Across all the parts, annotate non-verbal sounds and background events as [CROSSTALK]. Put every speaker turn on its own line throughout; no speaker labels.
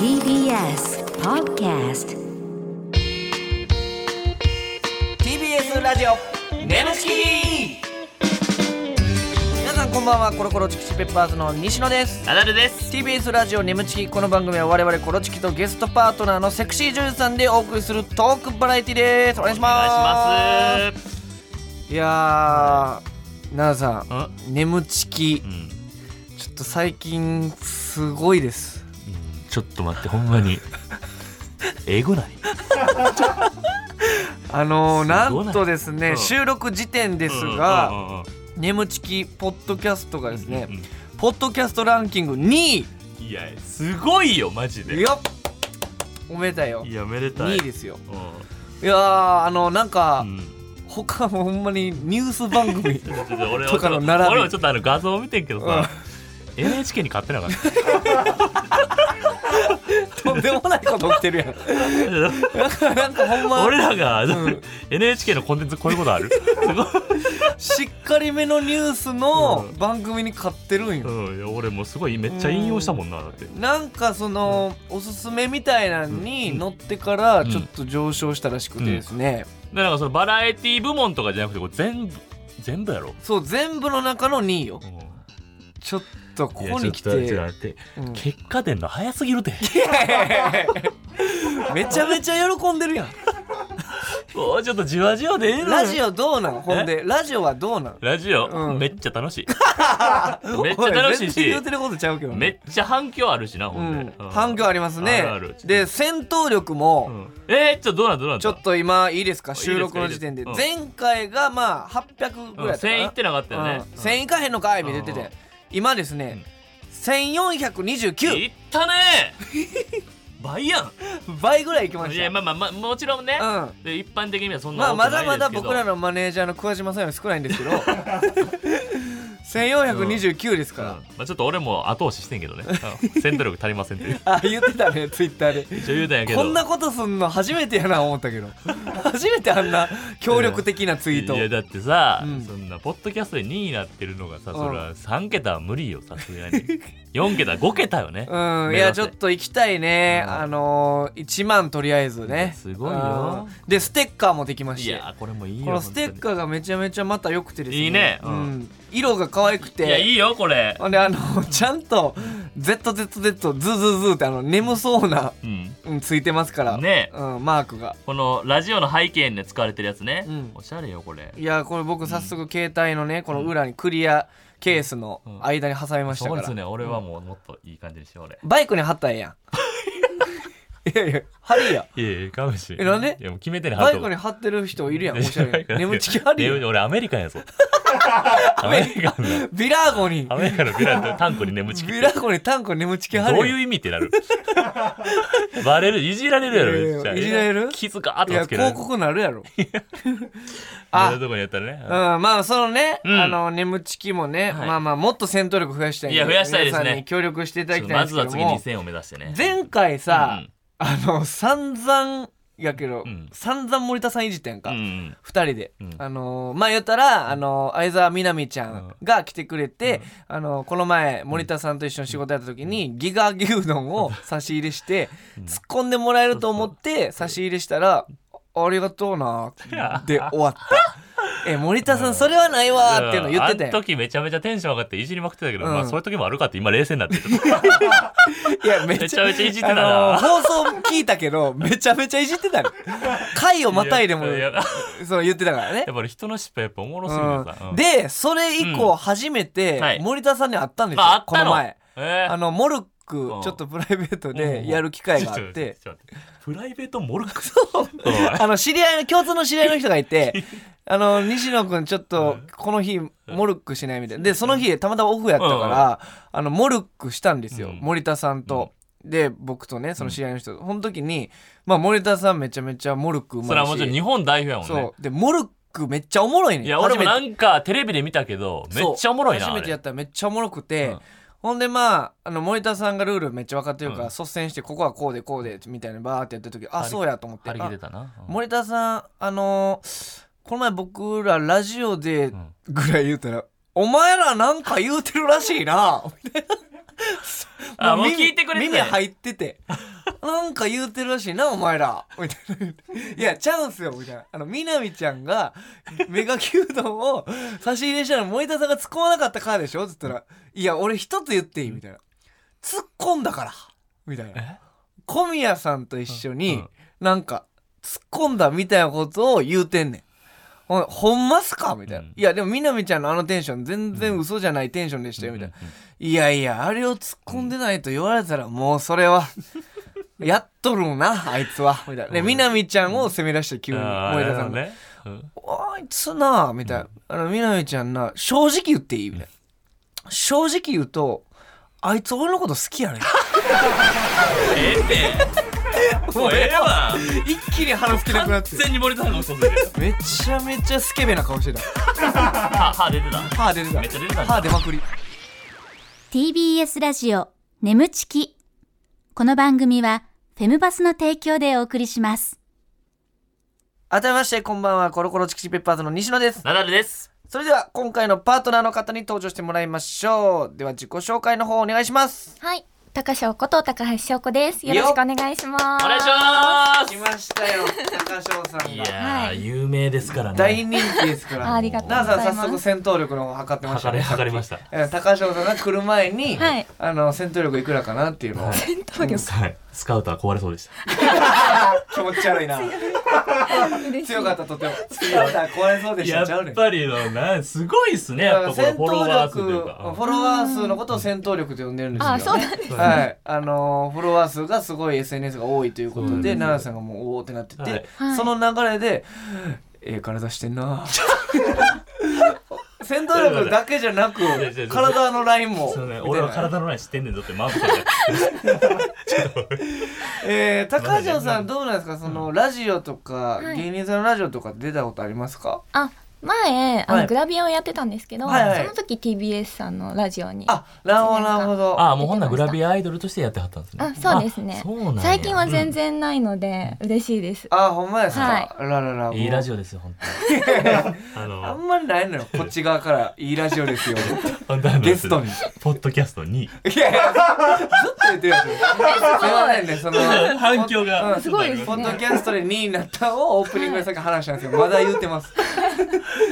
TBS Podcast
TBS ラジオネムチキ皆さんこんばんはコロコロチキチキペッパーズの西野です
ナダルです。
TBS ラジオネムチキこの番組は我々コロチキとゲストパートナーのセクシー女優さんでお送りするトークバラエティですお願いし
お願
ま
いします。
すいやー奈々さ
うん
んネムチキ
うん、
ちょっと最近すごいです
ちょっと待って、ほんまに。英語ない。
あのー、な
すごい
んとですね、
うん
収録時点です
うんう
が
んうん
「ネムチキ」ポッドキャストがですね、
うんうん
ポッドキャストランキング2位
うんいや、すごいよ、マジで。
よっおめでたいよ
いや、めでた
2
い。
位ですよ
う
いやーあのなんか、
んうん。
他もほんまにニュース番
[LAUGHS]
組
ちょっと俺は
と
ち
か
ょ
の
っ
並
と
び
俺もちょっとあの画像を見てんけどさ、NHK に買ってなか
[LAUGHS]
った。
とんでもないこと起きてるやんなんかなんかほんま
俺らが、
ん
NHK のコンテンツこういうことある
しっかりめのニュースの番組に勝ってるんよ、
うん、いや俺もうすごいめっちゃ引用したもんな、だって。
なんかその、おすすめみたいなのに
うん
乗ってから
うん
ちょっと上昇したらしくてですね、
でなんかそのバラエティ部門とかじゃなくて、これ全部、全部やろ。
そう全部の中の2位よ
うん
ちょっとここ
い
に
や
来
ち
て
ょっとちょっと待って
うん
結果出んの早すぎるて
[LAUGHS] めちゃめちゃ喜んでるやん
もうちょっとじわじわでええの
ラジオどうなんほんでラジオはどうなん
ラジオ、
うん
めっちゃ
[LAUGHS]
楽しい [LAUGHS] めっちゃ楽しい
お全然
し
言うてることちゃうけど
めっちゃ反響あるしな
う
ほん
ん
で、うん
反響ありますね
あるある
で戦闘力も、
うんえー、ちょっとどうなんどうなん
ちょっと今いいですか収録の時点で
いいです
前回がまあ800ぐ
うん
らいだったかな、
1000いってなかったよね、
うん1000いかへんのかいみたいな言って
うん
て今ですね、
い
1429
っ
[LAUGHS]
たね倍やん
倍ぐらいいきまし
い
た
やまあまあ、まあ、もちろんね、
うん
で一般的にはそん
ま
な
あ
多くな
ま
いです
だ
け
まだ
ど
僕らのマネージャーの桑島さんより少ないんです
[LAUGHS]
けど1429です
うん
から、
まあ、ちょっと俺も後押ししてんけど
[LAUGHS]
ねうん戦闘力足りませんっていう
あ言ってたねツイッターで
一応言うたんやけど
こんなことすんの初めてやな思った
[LAUGHS]
けど初めてあんな協力的なツイート
いやだってさ、
うん
そんなポッドキャストで2位になってるのがさ、
ん
それは3桁は無理よさす
[LAUGHS]
がに4桁5桁よね、
うんい
目指
やち
せ
ょっと行きたいね、
うん
あのー、1万とりあえずね
すごいよ
うんでステッカーもできまし
い
て
やこれもいいよ
このステッ
ー
カーがめちゃめちゃまた良くてですね
いいね
う
うんん
色が可愛くて
いやいいよこれ
ほんであのちゃんと ZZZ ズズズってあの眠そうな、
うん
うん、ついてますから
ね
うん、マークが
このラジオの背景に使われてるやつね、
うん
おしゃれよこれ
いやこれ僕早速携帯のねこの裏にクリアケースの間に挟みました
そ
か
う
ら、
ですね俺はもうもっといい感じにしよう俺
バイクに貼ったらええ
[LAUGHS]
やんいやいや貼りや
いやいやかもし
えなんで
いやもう決めてね
バイクに貼ってる人いるやんおしゃ
[LAUGHS]
れに眠ちき貼りやん
俺アメリカンや
[LAUGHS]
ぞアメリカンだ
ビラーゴに
アメリカのビ
[LAUGHS]
ラとタンクに眠ちき
ビラーゴにタンク眠ちき貼り
ど
やん
ういう意味ってなる [LAUGHS] バレるいじられるやろめっち
いや
ゃ
いやいじられる
傷があっ
い
と
や
つけられ
広
る
告なるやろ
あ
あ
どこにやったらね
うん、まあそのね、
うん
あの眠ちきもね、
はい
まあまあもっと戦闘力増やしたいんで
いや増やしたいですね
皆さんに協力していただ
ち
き
ょっ
い
たと
ん
ま
です
ず
け
は
ど
次
も
2000を目指してね
前回さ、
うん
あの散々やけど、
うん
散々森田さんいじったやんか、
うんう
二
ん
2人で、
うん
あのーまあ言ったら、あのー相沢みなみちゃんが来てくれて、あのーこの前森田さんと一緒に仕事やった時に、ギガ牛丼を差し入れして、
[LAUGHS]
突っ込んでもらえると思って差し入れしたら「あありがとうな」で終わ
[LAUGHS]
った。え森田さんそれはないわーっていうの言ってた
あ
や
ん
ん
時めちゃめちゃテンション上がっていじりまくってたけど、
うん
まあそういう時もあるかって今冷静になってる
いやめ
めちゃめちゃいじって
あ
た
の
な
放送聞いたけどめちゃめちゃいじって
[LAUGHS]
たね回 [LAUGHS] をまたいでも
ややや
そう言ってたからね
っぱり人の失敗やっぱおもろすぎてさ、
う
うんん
でそれ以降
うん
初め
は
て
い
森田さんに会ったんですよ、
まああった
こ
の
の前
えー
あのモルック
うん
ちょっとプライベートでやる機会があって、
ちょっと待ってプライベートモ
[LAUGHS]
ルク
あの知り合いの共通の知り合いの人がい
[LAUGHS]
てあの西野君ちょっとこの日モルックしないみたいなでその日たまたまオフやったから、あのモルックしたんですよ、
うん
森田さんと。で僕とねその知り合いの人、この時に、まあ、森田さんめちゃめちゃモルックうまいし
それはもちろん日本代表やもんね
そうでモルックめっちゃおもろいね
いや俺もな
初めて
んかテレビで見たけどめっちゃおもろいな
そう初め
あ
て
れ
やったらめっちゃおもろくて、
うん
ほんでまああの森田さんがルールめっちゃ分かってるから、
うん
率先してここはこうでこうでみたいなバーってやってる時あ
張り
そうやと思って
張り切れたな、うん
森田さんあのーこの前僕らラジオで
ん
ぐらい言うたら「お前らなんか言うてるらしいな」みたい
あもう
耳
聞いてくれて
耳
たんや
入っててなんか言うてるらしいなお前らみたいないやちゃうんすよみたいなあのみなみちゃんがメガ牛丼を差し入れしたら森田さんが突っ込まなかったからでしょっつったら「いや俺一つ言っていい」みたいな「突っ込んだから」みたいな小宮さんと一緒
うんう
に
ん
なんか突っ込んだみたいなことを言うてんねん。ほんほんますかみたいな、
うん
いやでもみなみちゃんのあのテンション全然嘘じゃないテンションでしたよみたいな、いやいやあれを突っ込んでないと言われたらもうそれは [LAUGHS] やっとるもんなあいつはみたいなでみなみちゃんを責め出して急に
あ
森
ー
田さんが
なるほどねうん
「あいつな」みたいな「あのみなみちゃんな正直言っていい?」みたいな正直言うとあいつ俺のこと好きやねん
ええってもうええわ
一気に腹吹きなくなって
完全に森田さんが嘘ついてる
[LAUGHS] めちゃめちゃスケベな顔してた
歯歯出てた
歯出てた
めっちゃ出てたんだ
歯出まくり
TBS ラジオ眠ちきこの番組はフェムバスの提供でお送りします
改めましてこんばんはコロコロチキチキペッパーズの西野です
ナダルです
それでは今回のパートナーの方に登場してもらいましょうでは自己紹介の方お願いします
はい、高翔こと高橋翔子です。よろしくお願いします。
お願いします
来ましたよ高翔さん
い
が
やー有名ですからね
大人気ですから
あありがとうござ
ダ
い
ン
ます
さん早速戦闘力の方測ってました
測れ
ね
測れました
えー高翔さんが来る前に、
はい
あの戦闘力いくらかなっていうのを
戦闘力
はいスカウター壊れそうでした
気持ち悪い
[LAUGHS]
な
嬉しい
強かったとても強かった壊れそうでし
や
たちゃうね
っ
ん
ぱりのなすごいっすねやっぱこの
戦
フォロワ
闘
ー数という
力
か
フォロワー数のことを戦闘力と呼んでるんですよ
あ、そうなんです。
うん
はい、あのーフォロワー数がすごい SNS が多いということ
そうなん
で
です
奈良さんがもうおおってなってて、
はい
はい
その流れで「ええ体してんな」戦闘力だけじゃなく
いやいや
体のラインも
そうね
みた
俺
いな
は体のない知ってんねんぞってマウント
[LAUGHS]
されて
えー、高城さんどうなんですかそのラジオとか、
はい
芸人さんのラジオとか出たことありますか
あ、前、あ
はい
のグラビアをやってたんですけど、
はいはい
その時 TBS さんのラジオに。
あなるほどなるほど
ああもうほんならグラビアアイドルとしてやってはったんですね
あそうですね
あそうなんや
最近は全然ないので、嬉しいです。
あほんまですか、
はい
ラララ
うんいいラジ
オ
オですよ本当にあ
あ
の
んまりないのよこっち側から「 [LAUGHS] いいラジオですよ」
本当あの
ゲストに
ポッドキャストに
いやいや、ずっと言ってるやつ。すいませんね、その。
反響が
うん
すごいです
ポッド
ね。
キャストで2位になったをオープニングでさっき話したんですけど、まだ言ってます。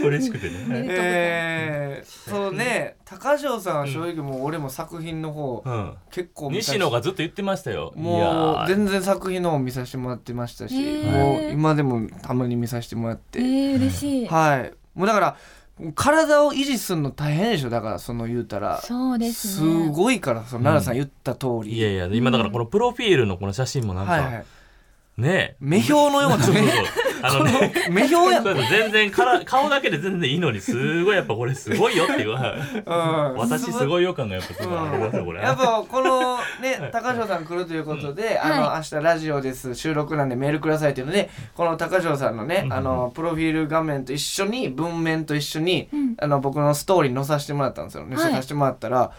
嬉しくてね
えー、そうね、高城さんは正直もう俺も作品の方、
うん
結構見たし
西野がずっと言ってましたよいや
もう
ー
全然作品の方見させてもらってましたし、
へー
もう今でもたまに見させてもらって。
えー、嬉しい。
はい。もうだから、体を維持するの大変でしょ、だからその言うたら。
そうです
す
ね。
ごいから、その奈良さん言った通り。
いやいや今だからこのプロフィールのこの写真もなん
はいは
か
い。 [LAUGHS]
ねえ
目標のような
そうそう
ね
そうあのね
目標
[LAUGHS]
やん。
そうです全然から顔だけで全然いいのにすごいやっぱこれすごいよっ
[LAUGHS]
ていうはい私す
い。
ごい予感がやっぱす
う
ごいありますよこ
ん、
れ
やっぱこの
[LAUGHS]
ね高城さん来るということで、あの、
は
明日ラジオです収録なんでメールくださいっていうのでこの高城さんのね、
うん
あのプロフィール画面と一緒に文面と一緒に、
うん
あの僕のストーリーに載させてもらったんですよね、
はい
載させてもらったら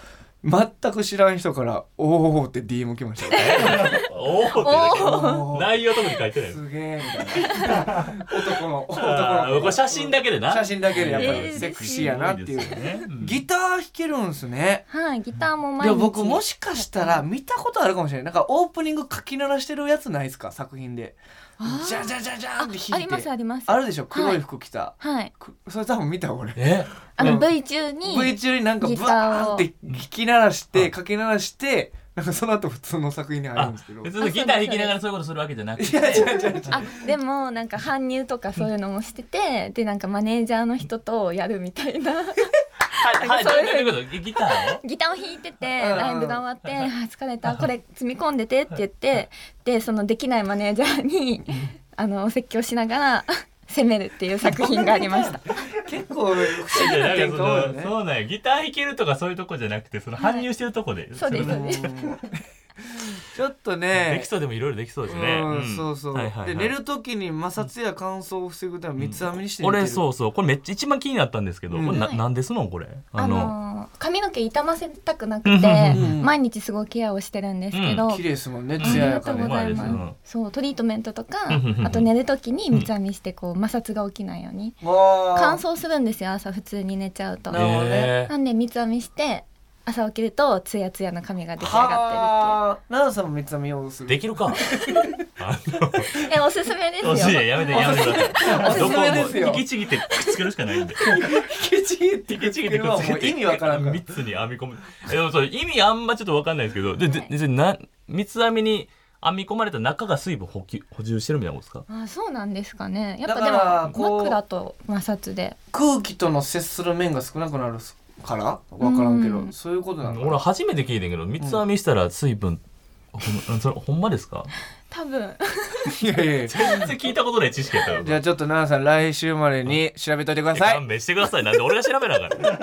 全く知らん人から「おお」って DM 来ましたよ
お
お
お
おー
内容特に書いてない
すげえみたいな [LAUGHS] 男の男
あー
の
これ写真だけでな
写真だけでやっぱ
え
り
ー
セクシーやなっていう、
すごですよねうん
ギター弾けるんすね
はい、ギターも
い
毎
や
日。
僕もしかしたら見たことあるかもしれないなんかオープニング書き鳴らしてるやつないですか作品で
あー
じゃじゃじゃじゃ
あ
ーんって弾いて
ありますあります。
あるでしょ黒い服着た、
はい。
くそれ多分見た俺
え
あ
う
の
ん
V 中に。
V 中になんかブ
ギタ
ワ
ー
ー
を
って弾き鳴らし
う
て
ん
書き鳴らしてなんかその後普通の作品に入るん
あ
ですけど
別にギター弾きながらそういうことするわけじゃなく
い
て
や違う違う違う
あでもなんか搬入とかそういうのもしててでなんかマネージャーの人とやるみたいな
はいはいどういうことギターを
ギターを弾いてて
うん
ライブが終わって「あー疲れたこれ積み込んでて」って言ってでそのできないマネージャーにあのお説教しながら攻めるっていう作品がありました。
結構不思議
い
な
やなん
展開
か
多いよ
その
ね
そうなんやギター弾けるとかそういうとこじゃなくてその搬入してるとこで
そうです
れ
そう
ね
です
ちょっと
で
ね
きそうでもいろいろできそうですね
うん
ん
そうそう、
はいはいは
で
い
寝る時に摩擦や乾燥を防ぐために三つ編みにして寝てる、
俺そうそうこれめっちゃ一番気になったんですけど
うん
これな
はい
なんですのこれ
あ
あの
のー髪の毛傷ませたくな
うん
くて
うん
うん
毎日すごいケアをしてるんですけど、
綺麗ですもんね
あり
艶や
がと
か
う
で
ご
ね
ざい
まあです
ま
ね
す。そうトリートメントとか
うんうんうん
あと寝る時に三つ編みしてこう摩擦が起きないように
乾
乾燥するんですよ朝普通に寝ちゃうと。
なるほどね
えー
なんで三つ編みして朝起きるとツヤツヤの髪が出来上がっ
はあ奈々さんもめっちゃ見ようとする
でき
[LAUGHS]
るかあ
てるっていうえおすすめです
の惜しい
よ
やめてやめてくださ
お
いど
す
こ
す
も
めですよ
引きちぎってくっつけるしかないんで
引きちぎって
引きちぎって
る
く
の
っ
は
つけ
もう
て
意味わからんから
三つに編み込むえでもそれ意味あんまちょっとわかんないですけどでででな三つ編みに編み込まれた中が水分補給補充してるみたいなことですか
あそうなんですかねやっ
だから
ぱで
こ
も
う
マックだと摩擦で
空気との接する面が少なくなるからわからんけど
うん
そういうことなのか
俺初めて聞いてんけど三つ編みしたら水分、ほんそれ [LAUGHS] ほんまで
[LAUGHS]
すか
多分
いやいやいや
全然聞いたことない知識やった
じゃあちょっと奈々さん来週までに調べといてください
勘弁してくださいなんで俺が調べなあか
[LAUGHS]
ん
は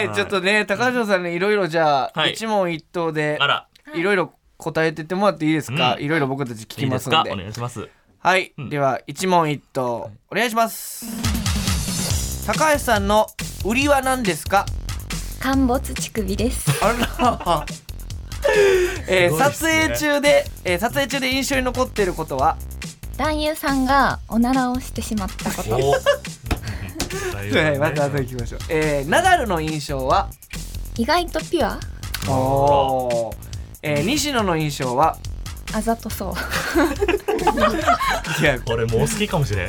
い、
はい
ちょっとね高橋さんにいろいろじゃあ、
はい
一問一答で
あら
いろいろ答えてってもらっていいですか、
うん
いろいろ僕たち聞
い
き
いで
ますすんで
かお願い
[LAUGHS]
します
はい、
うん
では一問一答お願いします、高橋さんの売りは何ですか
陥没乳首です [LAUGHS]
あらえー
すごいっ
撮
すね
影中で、えー撮影中で印象に残っていることは
男優さんがおならをしてしまったこと
お
はいまた後で聞きましょう、えーナダルの印象は
意外とピュア
おーえー西野の印象は
あざとそう
いや、
俺もう好きかもしれ
[LAUGHS]
ん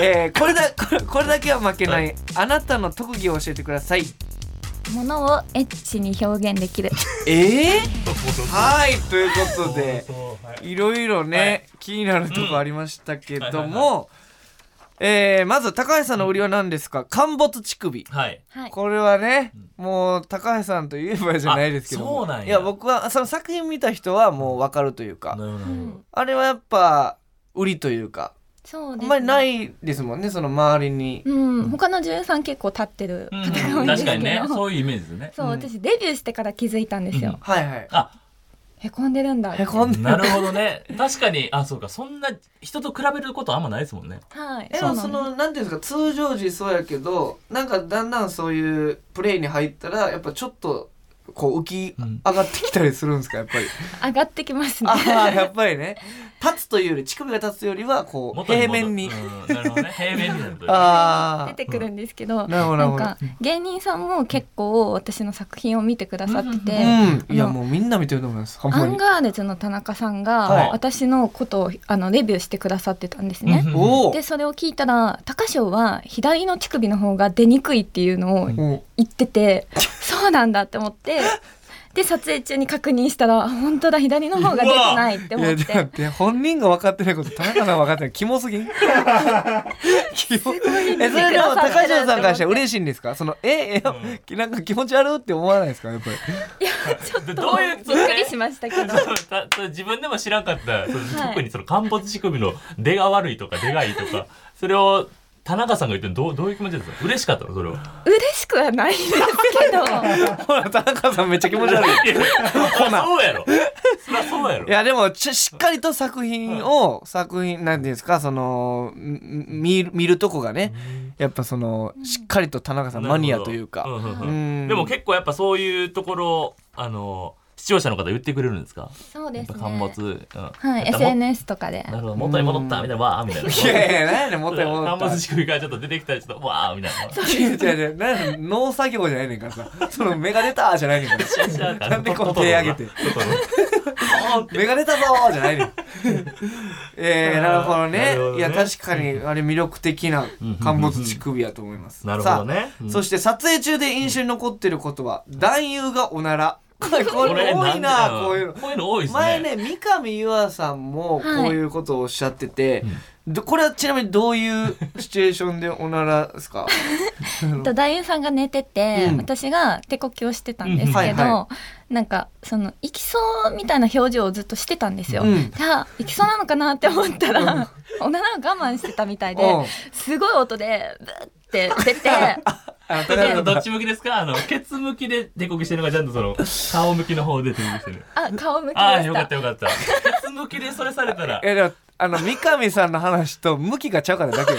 えーこれだこれこれだけは負けない、
は
あなたの特技を教えてください
ものをエッチに表現できる
えはいということで
はい
いろいろね、
はい
気になるとこありましたけど
うんはいはい
も、えーまず高橋さんの売りは何ですか陥没乳首
はい
はい
これはね、もう高橋さんといえばじゃないですけども
あそうなんや
いや僕はその作品見た人はもう分かるというか、
なるほど
う
なるほど
ん
あれはやっぱ売りというか
そう
あん
ですね
まりないですもんねその周りに、
うん他の女優さん結構立ってる
[LAUGHS]
方が多いんで
確
すけど
かにねそういうイメージですね
そう
うん
私デビューしてから気づいたんですよ
はいはい
あ
へこんでるんだ
へこんでる
なるほどね確かにあそうかそんな人と比べることあんまないですもんね
はい
で
そう
も
な
そ
んです
のなんていうんですか通常時そうやけどなんかだんだんそういうプレイに入ったらやっぱちょっとこう浮き
うん
上がってきたりするんですかやっぱり
上がってきますね
ああやっぱりね立つというより乳首が立つよりはこう
元
平
戻る
面に
うんなるほどね平面になるという
あ
[LAUGHS] 出てくるんですけど、
あなるほどな
な
る
ん
ほど
か芸人さんも結構私の作品を見てくださってて、
うんいや
あの
もうみんな見てると思いますほん
ア
ま
ン
に
ガールズの田中さんが、
はい
私のことをあのレビューしてくださってたんです
うん
ね。
お
でそれを聞いたら高翔は左の乳首の方が出にくいっていうのを
ん
お
言っ
[LAUGHS]
てて、そうなんだって思ってで撮影中に確認したらあ本当だ左の方が出てないって
い
思
や
っ
だ
て
って本人が分かってないこと田中さんが分かってないキモすぎ [LAUGHS] んキモえそれでも高橋さんからしたら嬉しいんですかそのええなんか気持ち悪いって思わないですかやっぱり [LAUGHS]
でどういう
びっくりしましたけど
たた自分でも知らんかった、その特にその陥没乳首の出が悪いとか出がいいとかそれを田中さんが言ってるのどうどういう気持ちですか嬉しかったのそれを
嬉しくはないですけ
[LAUGHS]
ど
ほら田中さんめっちゃ気持ち悪い
そ [LAUGHS] そうやろそりゃそうやろ
いやでもちしっかりと作品を作品なんていうんですかそのんん見る見るとこがねやっぱそのしっかりと田中さんマニアという
なる
か
ほどん
うん
うん
ん
でも結構やっぱそういうところあの視聴者の方言ってくれるんですか
そう
や
で
っ
す
ぱ陥
ね
没、うん
はい
やっぱも
SNS とかで
なるほど元に戻ったみたいなわあみたいない
やいや何やねんもったいも
陥
った
没乳首からちょっと出てきたらちょっとわあみたいな
違う違う違うなんや農作業じゃないねんからさそのメガ出たーじゃないねんからなんでこう手上げてメガ出たぞーじゃないねんえー、なるほどね
なるほどね
いや確かにあれ魅力的な陥没乳首やと思います
なるほどね
さあ
うん
そして撮影中で印象に残ってることは男優がおならこれこれ多いなこういうの
こういうの多いですね
前ね三上優愛さんも
はい
こういうことをおっしゃってて、どこれはちなみにどういうシチュエーションでおならです
[LAUGHS]
か
えっと男優さんが寝てて、
うん
私が手こきをしてたんですけど、
うんはいは
なんかその行きそうみたいな表情をずっとしてたんですよ。
うん
じゃあ行きそうなのかなって思ったら、おならを我慢してたみたいで、
うん
すごい音でブーって出て
あの
ち
高
ょっと
田
ど
さ
っ
ん
ち向きですかあの、ケツ向きで手こきしてるのがちゃんとその、顔向きの方で手こきしてる。
[LAUGHS]
あ顔向きで
ああ、
し
よ
た
かったよかった。ケツ向きでそれされたら、
えでもあの三上さんの話と向きがちゃうからだけよ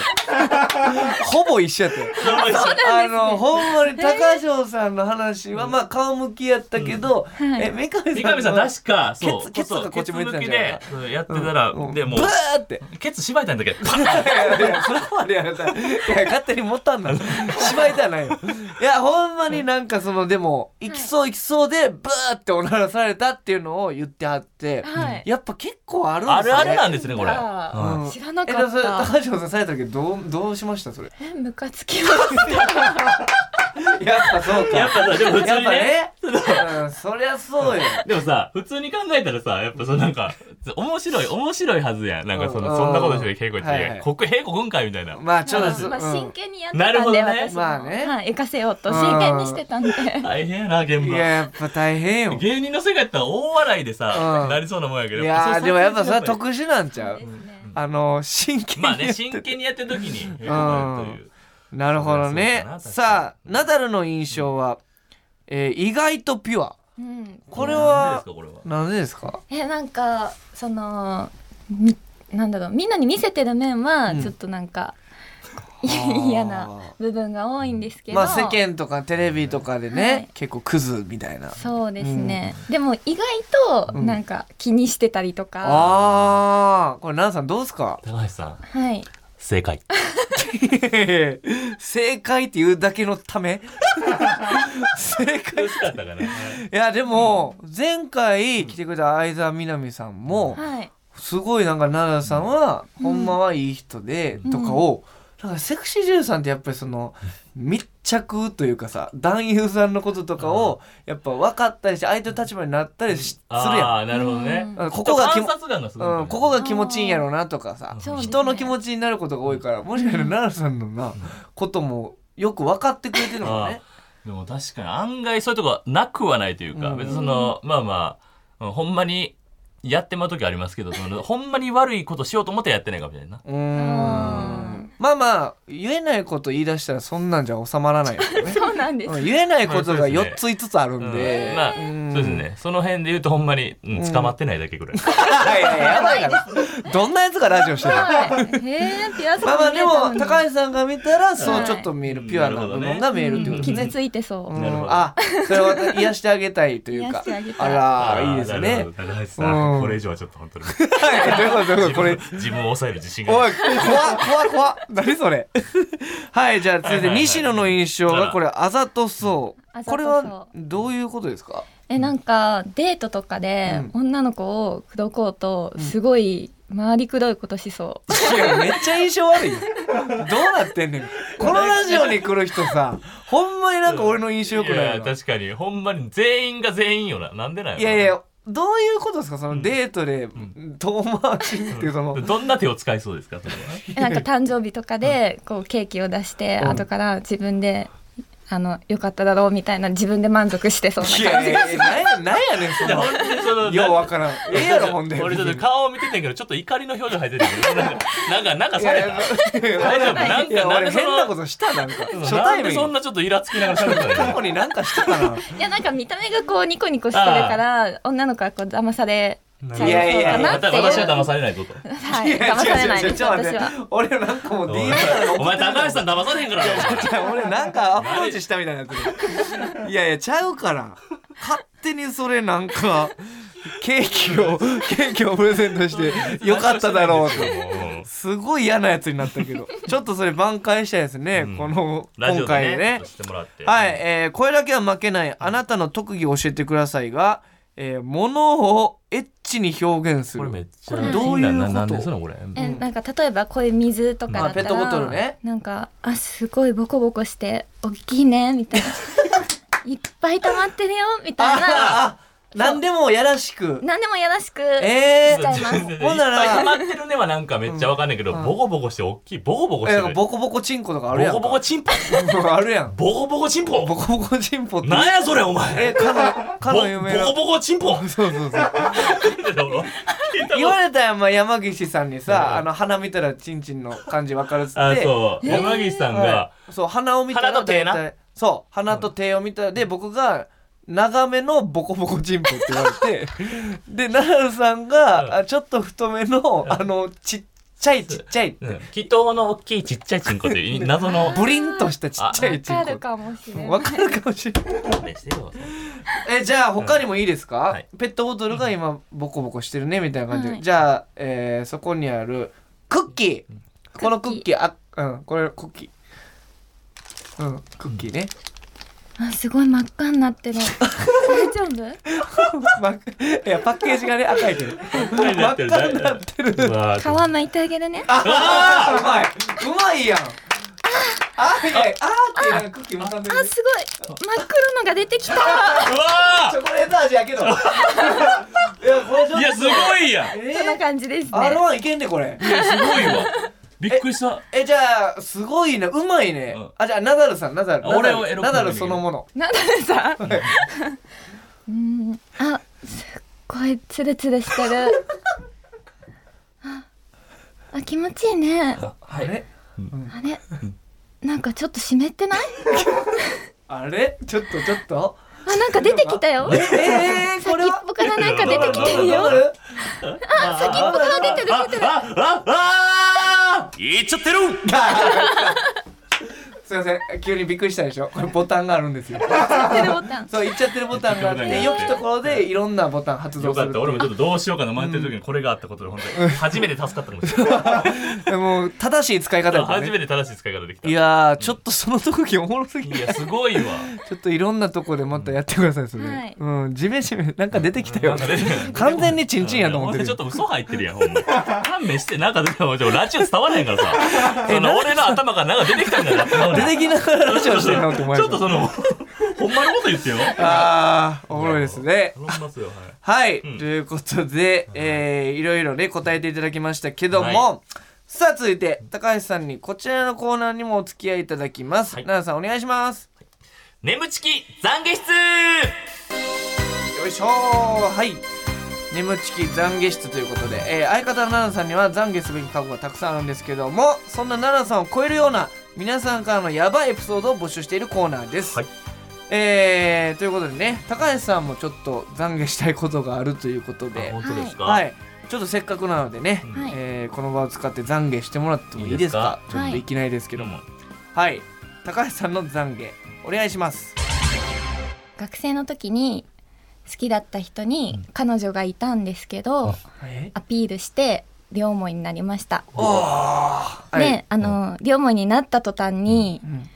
ほぼ一緒やったよ
そうです
あのほんまに高城さんの話はまあ顔向きやったけど、え三上
三
さん
上さん確かそ
ケツ
う
ケツとかこっち向いてたんじゃない
ケツ向きでうんやってたら、
うん
でも
ブーって [LAUGHS]
うケツ縛いたんだけどパ
い
ッ
やいやいやそこまでやられたらいや勝手に持ったんだろしまいたないよいやほんまになんかそのでも行きそう行きそうでブーっておならされたっていうのを言ってはって、
はい
やっぱ結構あるんです
あ
ね
るあるなんですねこれ、
知らな
うん
うん知らなか
えでもそれ
った
高橋さんされた時どうどうしましたそれ [LAUGHS]
えムカつきます
やっぱそうか
やっぱさでも普通にね
やっぱね、うん、そりゃそうよ
でもさ普通に考えたらさやっぱそのなんか面白い面白いはずやんなんかそ
うん
のそんなことしてる稽古って、
はいはい
国稽古軍会みたいな
まあちょっと、
まあ、
うん
真剣にやってた
な
んで、
るほどね
私も、
まあね
はい、行かせようと真剣にしてたんで、
大変やな現
い
場
ややっぱ大変よ
芸人の世界やったら大笑いでさ、
うん
なりそうなもんやけ
い
ど
やーでもやっぱそれは
得
特殊なんちゃう
そうですね
あの真剣に
まあね真剣にやってる時に稽古があるという
なるほど
そう
ね
かな確かに
さあナダルの印象は、えー意外とピュア
うん、
これ
何で
は
すかこれは
なんでですか
えなんかそのみなんだろうみんなに見せてる面は
うん
ちょっとなんか、嫌な部分が多いんですけど、
まあ世間とかテレビとかでね、
はい
結構クズみたいな
そうですね、でも意外と
うん
なんか気にしてたりとか、
あーこれナダさんどうですか
高橋さん
はい
[LAUGHS]
正解
正解っていうだけのため [LAUGHS] 正解
楽しかったかな
いやでも前回来てくれた相沢みなみさんも
はい
すごいなんか奈良さんはほんまはいい人でとかを、なんかセクシー女優さんってやっぱりその密着というかさ男優さんのこととかをやっぱ分かったりして相手の立場になったりしするや
ああなるほどね
ん。うんここが気
観
も
察眼がすごいね、
うん、ここが気持ちいいんやろうなとかさ、
そうです
ね
人の気持ちになることが多いからもしかしたら奈良さんのなこともよく分かってくれてるのもね。
でも確かに案外そういうとこなくはないという
う
か、
ん
別にそのまあまあうんほんまにやってまう時ありますけどその [LAUGHS] ほんまに悪いことしようと思ってやってないかみたいな。
うーんまあまあ言えないこと言い出したらそんなんじゃ収まらないよね。
そうな
[LAUGHS]
んです、
うん言えないことが
まあそう
4
で
つ5つある
うん
んで、
まあ
うん
そうですねその辺で言うとほんまに、うん捕まってないだけぐらい。
いやいややばいからどんなやつがラジオしてるの
はい、えー、ピアス
まあまあでも
い
高橋さんが見たらそう
はい
ちょっと見えるピュアな部分が見えるってことです
傷
ね。
ついてそう、
う
なるほ
ん
ど
あそれは癒してあげたいという
[LAUGHS] 癒
か
してあげたい
あらいいです
なる
ね
ほ。ど高橋さん、
うん
これ以上はちょっと本当に
はいどういうことどういうことこれ
自分を抑える自信が
お
ない
い怖っ怖っ怖っ何それはいじゃあ続いて西野の印象がこれあざとそう
あざとそう
これはどういうことですか
えなんかデートとかで女の子を口説こうとすごい回りくどいことしそう、
いやめっちゃ印象悪いよどうなってんねんこのラジオに来る人さほんまになんか俺の印象良く
い
ない
や
のい
確かにほんまに全員が全員よななんでなんろ
やいやどういうことですかそのデートで遠回しっていうその
どんな手を使いそうですかそれは
えなんか誕生日とかでこうケーキを出して
うん
後から自分であのよかっただろうみたいな自分で満足してそうない
やいやいやなんやなんやねんそ
いや
の
本当にその
ようわからんええやろほんで
俺ちょっと
い
顔を見てたけどちょっと怒りの表情入って
[LAUGHS]
るけどなんかなんかなんかさ
や
れ
い
た
や
大丈夫なん
い
か
や
なん
俺
でそ
変な
の
ことしたなんか初
な
対
んで
面
そんなちょっとイラつきながら喋ってた
過
の
去になんかしたか
いやなんか見た目がこうニコニコしてるから女の子はこう騙されちゃ
いやいや
いそうかなっていう
私は騙されないぞと
は
ないや
騙されない
違う違う違う
です
ちょっと待っ
私
て
は
俺なんかもう DM
お前
から
お前高橋さん騙されへんから
いや [LAUGHS] 俺なんかアプローチしたみたいになってるいやいやちゃうから勝手にそれなんかケーキをケーキをプレゼントしてよかっただろうと
と
すごい嫌なやつになったけどちょっとそれ挽回したいですね、
ん
この
ラジ
今
オで
回
ね
ね
ちょっとしてもらって
はい、えーこれだけは負けないあなたの特技教えてくださいが、えー、物をエッチに表現す
こ
る
れめっちゃ
これどういうこと
ななんですのこれ
えなんか例えばこういう水とかだったら、
まあペットボトルね
なんかあすごいボコボコして大きいねみたいないっぱい溜まってるよみたいな
ああ何でもやらしく
何でもやらしく
えー
しちゃいます、
ほんなら
いっぱい溜まってるねはなんかめっちゃわかんないけど、ボコボコして大きいボコボコして
え
る
ー、
ボ
ボコボコチンコとかあるやん
コ
か
ボコチンポ
あるやん
ボコボコチンポ
ボコボコチンポって
なんやそれお前
えかのか
ボ
の有名な
ボコボコチンポ
そうそうそう
[LAUGHS]
言
わ
われたやんまあ山岸さんにさ
うん
あの鼻見たらチンチンの感じわかるっつって
あそう
で
山岸さん
は
が
いそう鼻を見たら
鼻と手な
大体そう鼻と手を見たらで僕が長めのボコボコチンポって [LAUGHS] 言われてで奈良さん
うん
があちょっと太めのあのちっちゃいちっちゃい、
うん祈祷の大きいちっちゃいチンコという謎の
ブリンとしたちっちゃい
わ
チ
か
ン
る
コ
かもしれな
わ
い。
かるかもしれない
ねしてよ
えじゃあ他にもいいですか、
はい
ペットボトルが今ボコボコしてるねみたいな感じで、
はい
じゃあ、えーそこにあるクッキーこのクッキーあうんこれクッキーうんクッキーね、
あすごい真っ赤になってる。大丈夫？
[LAUGHS] まいやパッケージがね赤いけど
真
真っ赤になってる
うわー
皮むいてあげるね。
あーうまいうまいやんあーいやあーってなんかクッキーもさんでる
あ
ね
すごい真っ黒のが出てきた。
うわ
チョコレート味やけど [LAUGHS] いやこれちょ
ー
っ
いやすごいやん
と
い
え
そんな感じです
ー、
ね。
R1 いけんねこれ
やすごいわびっくりした
えじゃあすごいなうまいね、
うん
あじゃあナダルさんナダル
あ俺
ナ
を
ダ
エ
ル
ロく
ナダルそのもの
ナダルさん。うんあすっごいツルツルしてる。ああ気持ちいいね。
あれ
あれなんかちょっと湿ってない？
あれちょっとちょっと
あなんか出てきたよ。
[LAUGHS] え
先っ
えー、これは
ぽからなんか出てきてる
ナダ
よ。
ル
あ先っぽから出てる出てるああああ言っちゃってる
すいません急にびっくりしたでしょこれボタンがあるんですよ
出てるボタン。
そう言っちゃってるボタンがあっ
言っちゃ
て
ってる
良
ボタ
き
ンがあって
ところでいろんなボタン発動
よ
す
かっ
る
た俺もちょっとどうしようかな迷ってる時にこれがあったことで本当に初めて助かったかもしれない
でもう正しい使い方だ
初
ね
めて正しい使い方できた
い
い
やーちょっとその特技おもろすぎ
[LAUGHS]
て
やすごいわ
ちょっといろんなとこでまたやってくださいそれ、
はい
うんジメジメなんか出てきた
な
よ
んか出てる
完全にチンチンやと思って
俺
る
ちょっ
よ
と嘘入ってるやんほんま勘弁してなんか出てもうラジオ伝わらへんか
[LAUGHS]
らさその俺の頭からなんか出てきたんだな
出て [LAUGHS] きながらラジオしてるのって思わ
ち
れ
ょっとそのほんまのこと言ってよ
あーおもろいですね
頼みますよ
は
はい
い、
ん
ということで、えーいろいろね答えていただきましたけども、
は
さあ続いて高橋さんにこちらのコーナーにもお付き合いいただきます
はい
奈々、さんお願いします
眠ちき懺悔室
よいしょーはい眠ちき懺悔室ということで、えー相方の奈々さんには懺悔すべき過去がたくさんあるんですけどもそんな奈々さんを超えるような皆さんからのヤバいエピソードを募集しているコーナーです、
はい
えーということでね高橋さんもちょっと懺悔したいことがあるということで
本当ですか
はい、ちょっとせっかくなのでね、
はい
えーこの場を使って懺悔してもらってもいいですか
いいですか
ちょっといきなりですけ
け
ど
ど
も
も
はい、高橋さんの懺悔お願いします
学生の時に好きだった人に彼女がいたんですけど、
え
アピールして両思いになりました。
おー
で、あの両思いになった途端に
うん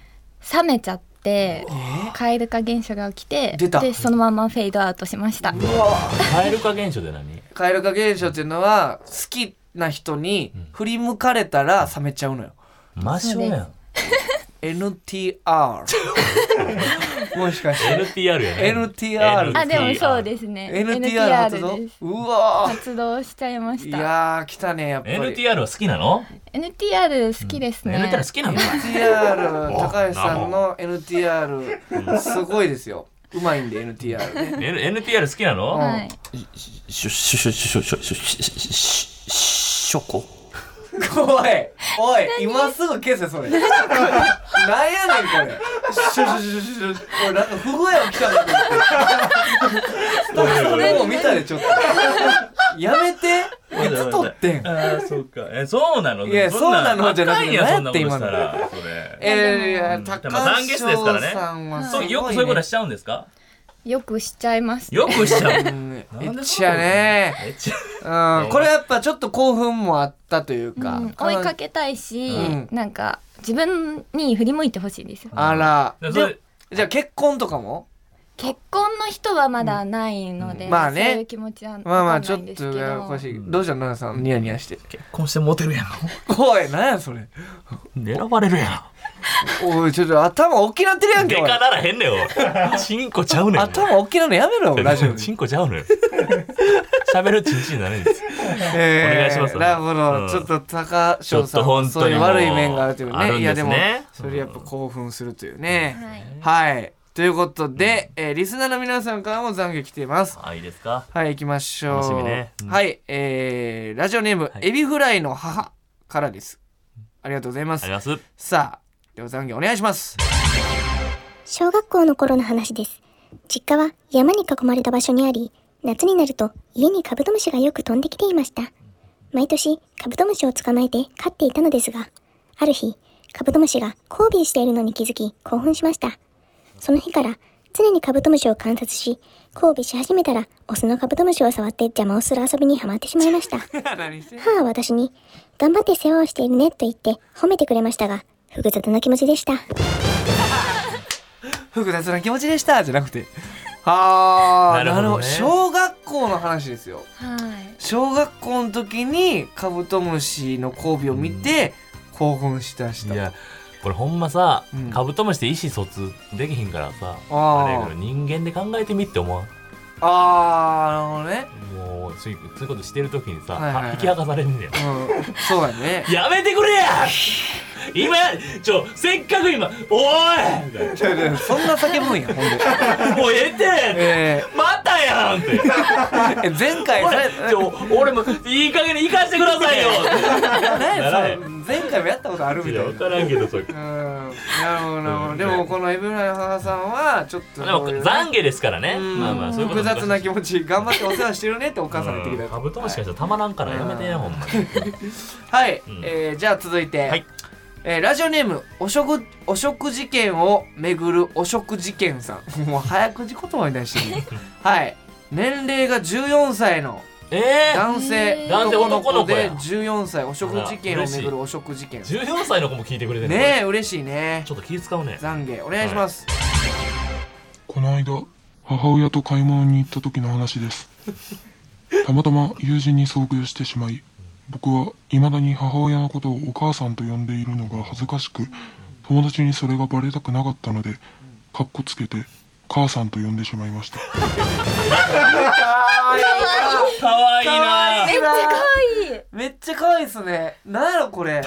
冷めちゃって
えー
蛙化現象が起きて
出た
でそのままフェードアウトしました。
蛙化現象で何
蛙化現象っていうのは好きな人に振り向かれたら冷めちゃうのよ
魔性やん
NTR もしかして
NTR やね
NTR
あでもそうですね。
NTR 発動
NTR です。
うわー
活動しちゃいま
い
した。
やー来たねやっぱり
NTR は好きなの
NTR 好きですね。
NTR 好きなの
NTR
お
高橋さんの NTR すごいですようまいんで NTR ね
N- NTR 好きなの
はい。
しょ、しょ、しょ、しょ、しょ、しょ、しょ、しししょこ
おいおい今すぐ消せそれなんやねんこれシュシュシュシュシュおいなんか不具合起きたんだけどそれも見たでちょっとやめていつ撮ってん
ああそうかえそうなの
いや
ん
そうなのじゃなくて
あかんやん
何や
そんなこ
っ
と
て
し
今の
たらそれ
えー、
で
高
も
橋
懺悔室ですからね
さんはす
そ
ご
う
い、ね、
よくそういうことしちゃうんですか
よくしちゃいます。
よくしちゃう
うんエ
なんでそんなこと
ッチやね
えち
うん、これやっぱちょっと興奮もあったというか、
うん追いかけたいし、
うん
なんか自分に振り向いてほしいですよ。
あら
でそれ
でじゃあ結婚とかも
結婚の人はまだないので、
うんまあね
そういう気持ちはわ
まあま
か
あ
ん
ち
な
ょ
い
っ
んですけ
と
ど、
ややこしい、どうしたの奈々さんニヤニヤして
結婚してモテるやん
おい何やそれ
狙われるやん
おいちょっと頭大きなってるやんけ
で
お
か
い
ならへんねよチンコちゃうねん
頭大きなのやめろよラジオ
[LAUGHS]
で
チンコちゃうのよ喋るチンチンになるんです
えー
お願いします
なるほど、
うん
ちょっと高
ちょ
翔
っ
さ
と
んは
本
そ
当
うい
に
う
もう
悪い面があるという
あ
ね
るん
いやでも
ですね
それやっぱ興奮するというね、
はい
はいということで、えーリスナーの皆さんからも懺悔来ています
あいいですか
はい、行きましょう。
楽しみねうん
はい、えー、ラジオネーム、
はい
エビフライの母からです。ありがとうございま
あ
す
り。ます
さあ、では残業お願いし
[LAUGHS]
ます。 [LAUGHS]
小学校の頃の話です。実家は山に囲まれた場所にあり、夏になると家にカブトムシがよく飛んできていました。毎年カブトムシを捕まえて飼っていたのですが、ある日、カブトムシが交尾しているのに気づき興奮しました。その日から常にカブトムシを観察し、交尾し始めたらオスのカブトムシを触って邪魔をする遊びにはまってしまいました。
何してんの
母は私に、頑張って世話をしているねと言って褒めてくれましたが、複雑な気持ちでした。
複雑な気持ちでしたじゃなくて [LAUGHS] ああ
なるほどね
小学校の話ですよ
はい。
小学校の時にカブトムシの交尾を見て興奮したし
い
た
やこれほんまさ、
うん
カブトムシで意思疎通できひんからさ
あー
あれやけど人間で考えてみって思わん
ああなる
もうそういうそういうことしてる時にさ、
はいはいはい
引き剥がされんねん
ほどね、うん、そうだ
[LAUGHS]
ね
やめてくれ
[LAUGHS]
や今やちょせっかく今「おーい!みたい
ちょちょそんな叫ぶんやほん
[LAUGHS]
で、
な」もうええって
え
またやん!」って
ーえ前回
俺
さ [LAUGHS]
ちょ俺もいい加減に生かしてくださいよ
何や
ならへ
その前回もやったことあるみ
い
た
や分
いな
からんけどそういう
うんなるほどなるほどでもこのエブライ母さんはちょっと
で
そ
も
ういうね
懺悔ですからね
うん
まあまあそういうこと
複雑な気
持ち
持ち頑張ってお世話してるねってお母さんが言ってきた
カブトムシからしたらたまらんからやめてや
うん
ほんまに
はい、
うん
えーじゃあ続いて、
はい
えーラジオネームお食お食事件をめぐるお食事件さん [LAUGHS] もう早口言葉に対して [LAUGHS] るはい年齢が14歳の
えー
男性
へー
男性男の
で
子や
14歳お食事件をめぐるお食事件
14歳の子も聞いてくれてんの
ねえ嬉しいね
ちょっと気使うね
懺悔お願いします、
この間、母親と買い物に行った時の話です。たまたま友人に遭遇してしまい、僕は未だに母親のことをお母さんと呼んでいるのが恥ずかしく、友達にそれがバレたくなかったので、かっこつけて、母さんと呼んでしまいました。
かわいいな
めっちゃ可愛い。
めっちゃ可愛いっすねなんやろこれ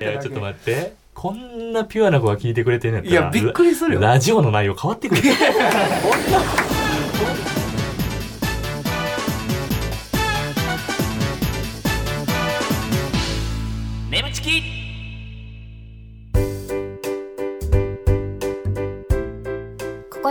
いやちょっと待ってこんなピュアな子が聞いてくれてんのやっ
い
たら
やびっくりするよ
ララジオの内容変わってくる
眠ちき
こ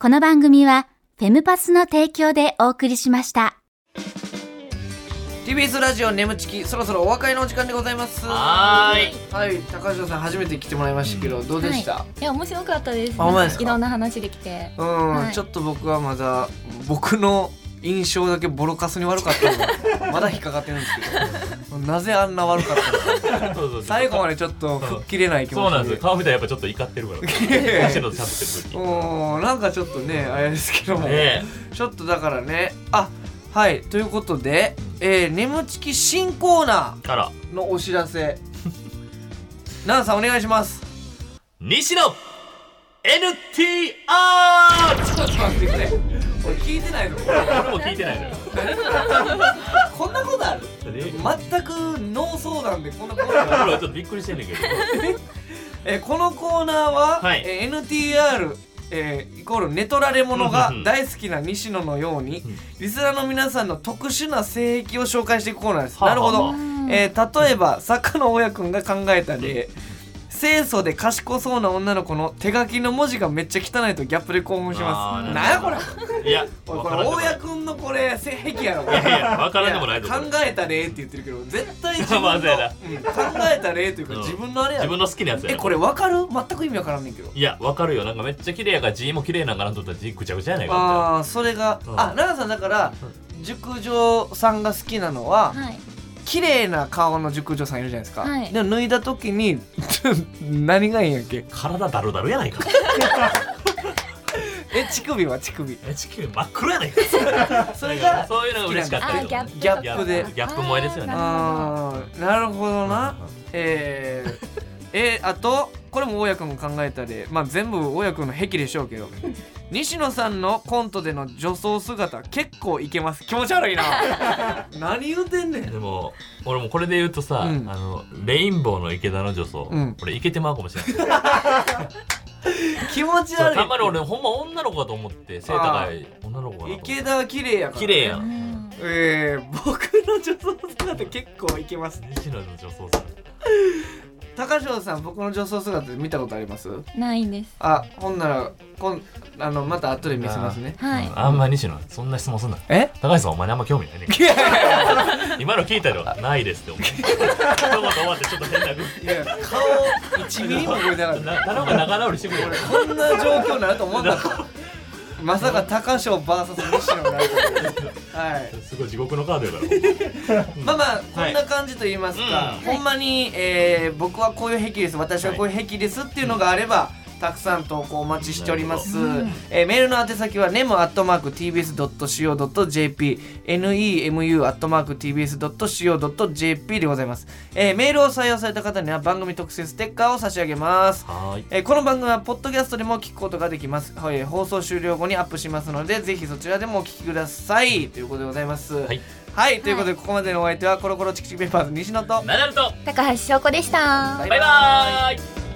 この番組はフェムパスの提供でお送りしました。
TBS ラジオ眠ちきそろそろお別れのお時間でございます
はーい
はい高城さん初めて来てもらいましたけど、どうでした、
いや面白かったです
あほんまですか
いろんな話できて
うん、
はい
ちょっと僕はまだ僕の印象だけボロカスに悪かったの [LAUGHS] でまだ引っかかってるんですけどなぜあんな悪かったのか
そうそう
最後までちょっと吹っ切れない気持ち
そうなんですよ顔見たらやっぱちょっと怒ってるから昔のと喋ってる時
うんなんかちょっとねあれですけども、
ね
ちょっとだからねあはいということで「えー、眠ちき新コーナ
えから
ー」のお知ら [LAUGHS] せナンさんお願いします
西野
ちょっと
NTR
待ってくれ俺聞いてないの
俺も聞いてないのよ
こんなことある全く脳相談でこんなことあ
俺
る
はちょっとびっくりしてんねんけど
[LAUGHS] えこのコーナーは、
はい
えー NTR えーイコール寝取られ者が
うんうんうん
大好きな西野のように、
ん
リスナーの皆さんの特殊な性癖を紹介していくコーナーです、
はあ
なるほど、
はあ
えー例えば作家の親くんが考えた例清楚で賢そうな女の子の手書きの文字がめっちゃ汚いとギャップで興奮しま
あ
す
ー
なんやこれ
いや
おい
わ
こ
か
れ
らんでも
大
ない
家くんのこれ性癖やろこ
い
れ
やいやわからんでもないぞ
考えた例って言ってるけど絶対自分
[LAUGHS]
の、う
まあ
ん、
そ
考
うやな
えた例というか
うん
自分のあれや
自分
ろ
の好きなやつや
え
な
これわかる全く意味わからんねんけど
いやわかるよなんかめっちゃ綺麗やから字も綺麗なんかなと思ったら字ぐちゃぐちゃやないかみたいな
ああそれが
うん
あ奈良さんだから熟女さんが好きなのは
はい
綺麗な顔の熟女さんいるじゃないですか
はい
でも脱いだ時に [LAUGHS] 何がいいんやっけ
体だるだるやない
[LAUGHS]
か
え乳首は乳首
HQ 真っ黒やないか
それが
そういうのが嬉しかったけど
あギャップと
ギャップで
ギャップ萌えですよね
あ
あーなるほどなえー、えあとこれも大家君が考えたで、まあ、全部大家君の癖でしょうけど西野さんのコントでの女装姿結構いけます気持ち悪いな
[LAUGHS]
何言うてんねん
でも俺もこれで言うとさ、
うん
あのレインボーの池田の女装、
うん
俺イケてまうかも
[LAUGHS]
しれない
気持ち
そう
悪
たまに
い
俺ほんま女の子かと思って背高い女の子かなと思って
池田は綺麗やから、ね、
綺麗やん
ん
えー、僕の女装姿結構いけます
西野の女装さ
高城さん僕の女装姿見たことあります
ないんです
あほんならこんあのまた後で見せますね
はい
あんま西野そんな質問すんな
え
高橋さんお前にあんま興味ないね
いやいやいや
今の聞いたらないですって思う一言終わってちょっと変な空気
いや顔1ミリも動いてなかった
な頼む仲直りしてくれよ
こんな状況になると思わなかったまさか高翔 VS 西野になるとははい
すごい地獄のカードやから
まあまあこんな感じと言いますか、ほんまに、えー僕はこういう癖です私はこういう癖ですっていうのがあれば、たくさん投稿お待ちしております、えーメールの宛先は nemu.tbs.co.jp nemu.tbs.co.jp でございます、えーメールを採用された方には番組特製ステッカーを差し上げます
はーい、
えーこの番組はポッドキャストでも聞くことができます、はい、放送終了後にアップしますのでぜひそちらでもお聞きくださいということでございますはいはい、ということでここまでのお相手はコロコロチキチキペッパーズ西野と
ナダルと
高橋翔子でした
バ
バイバーイ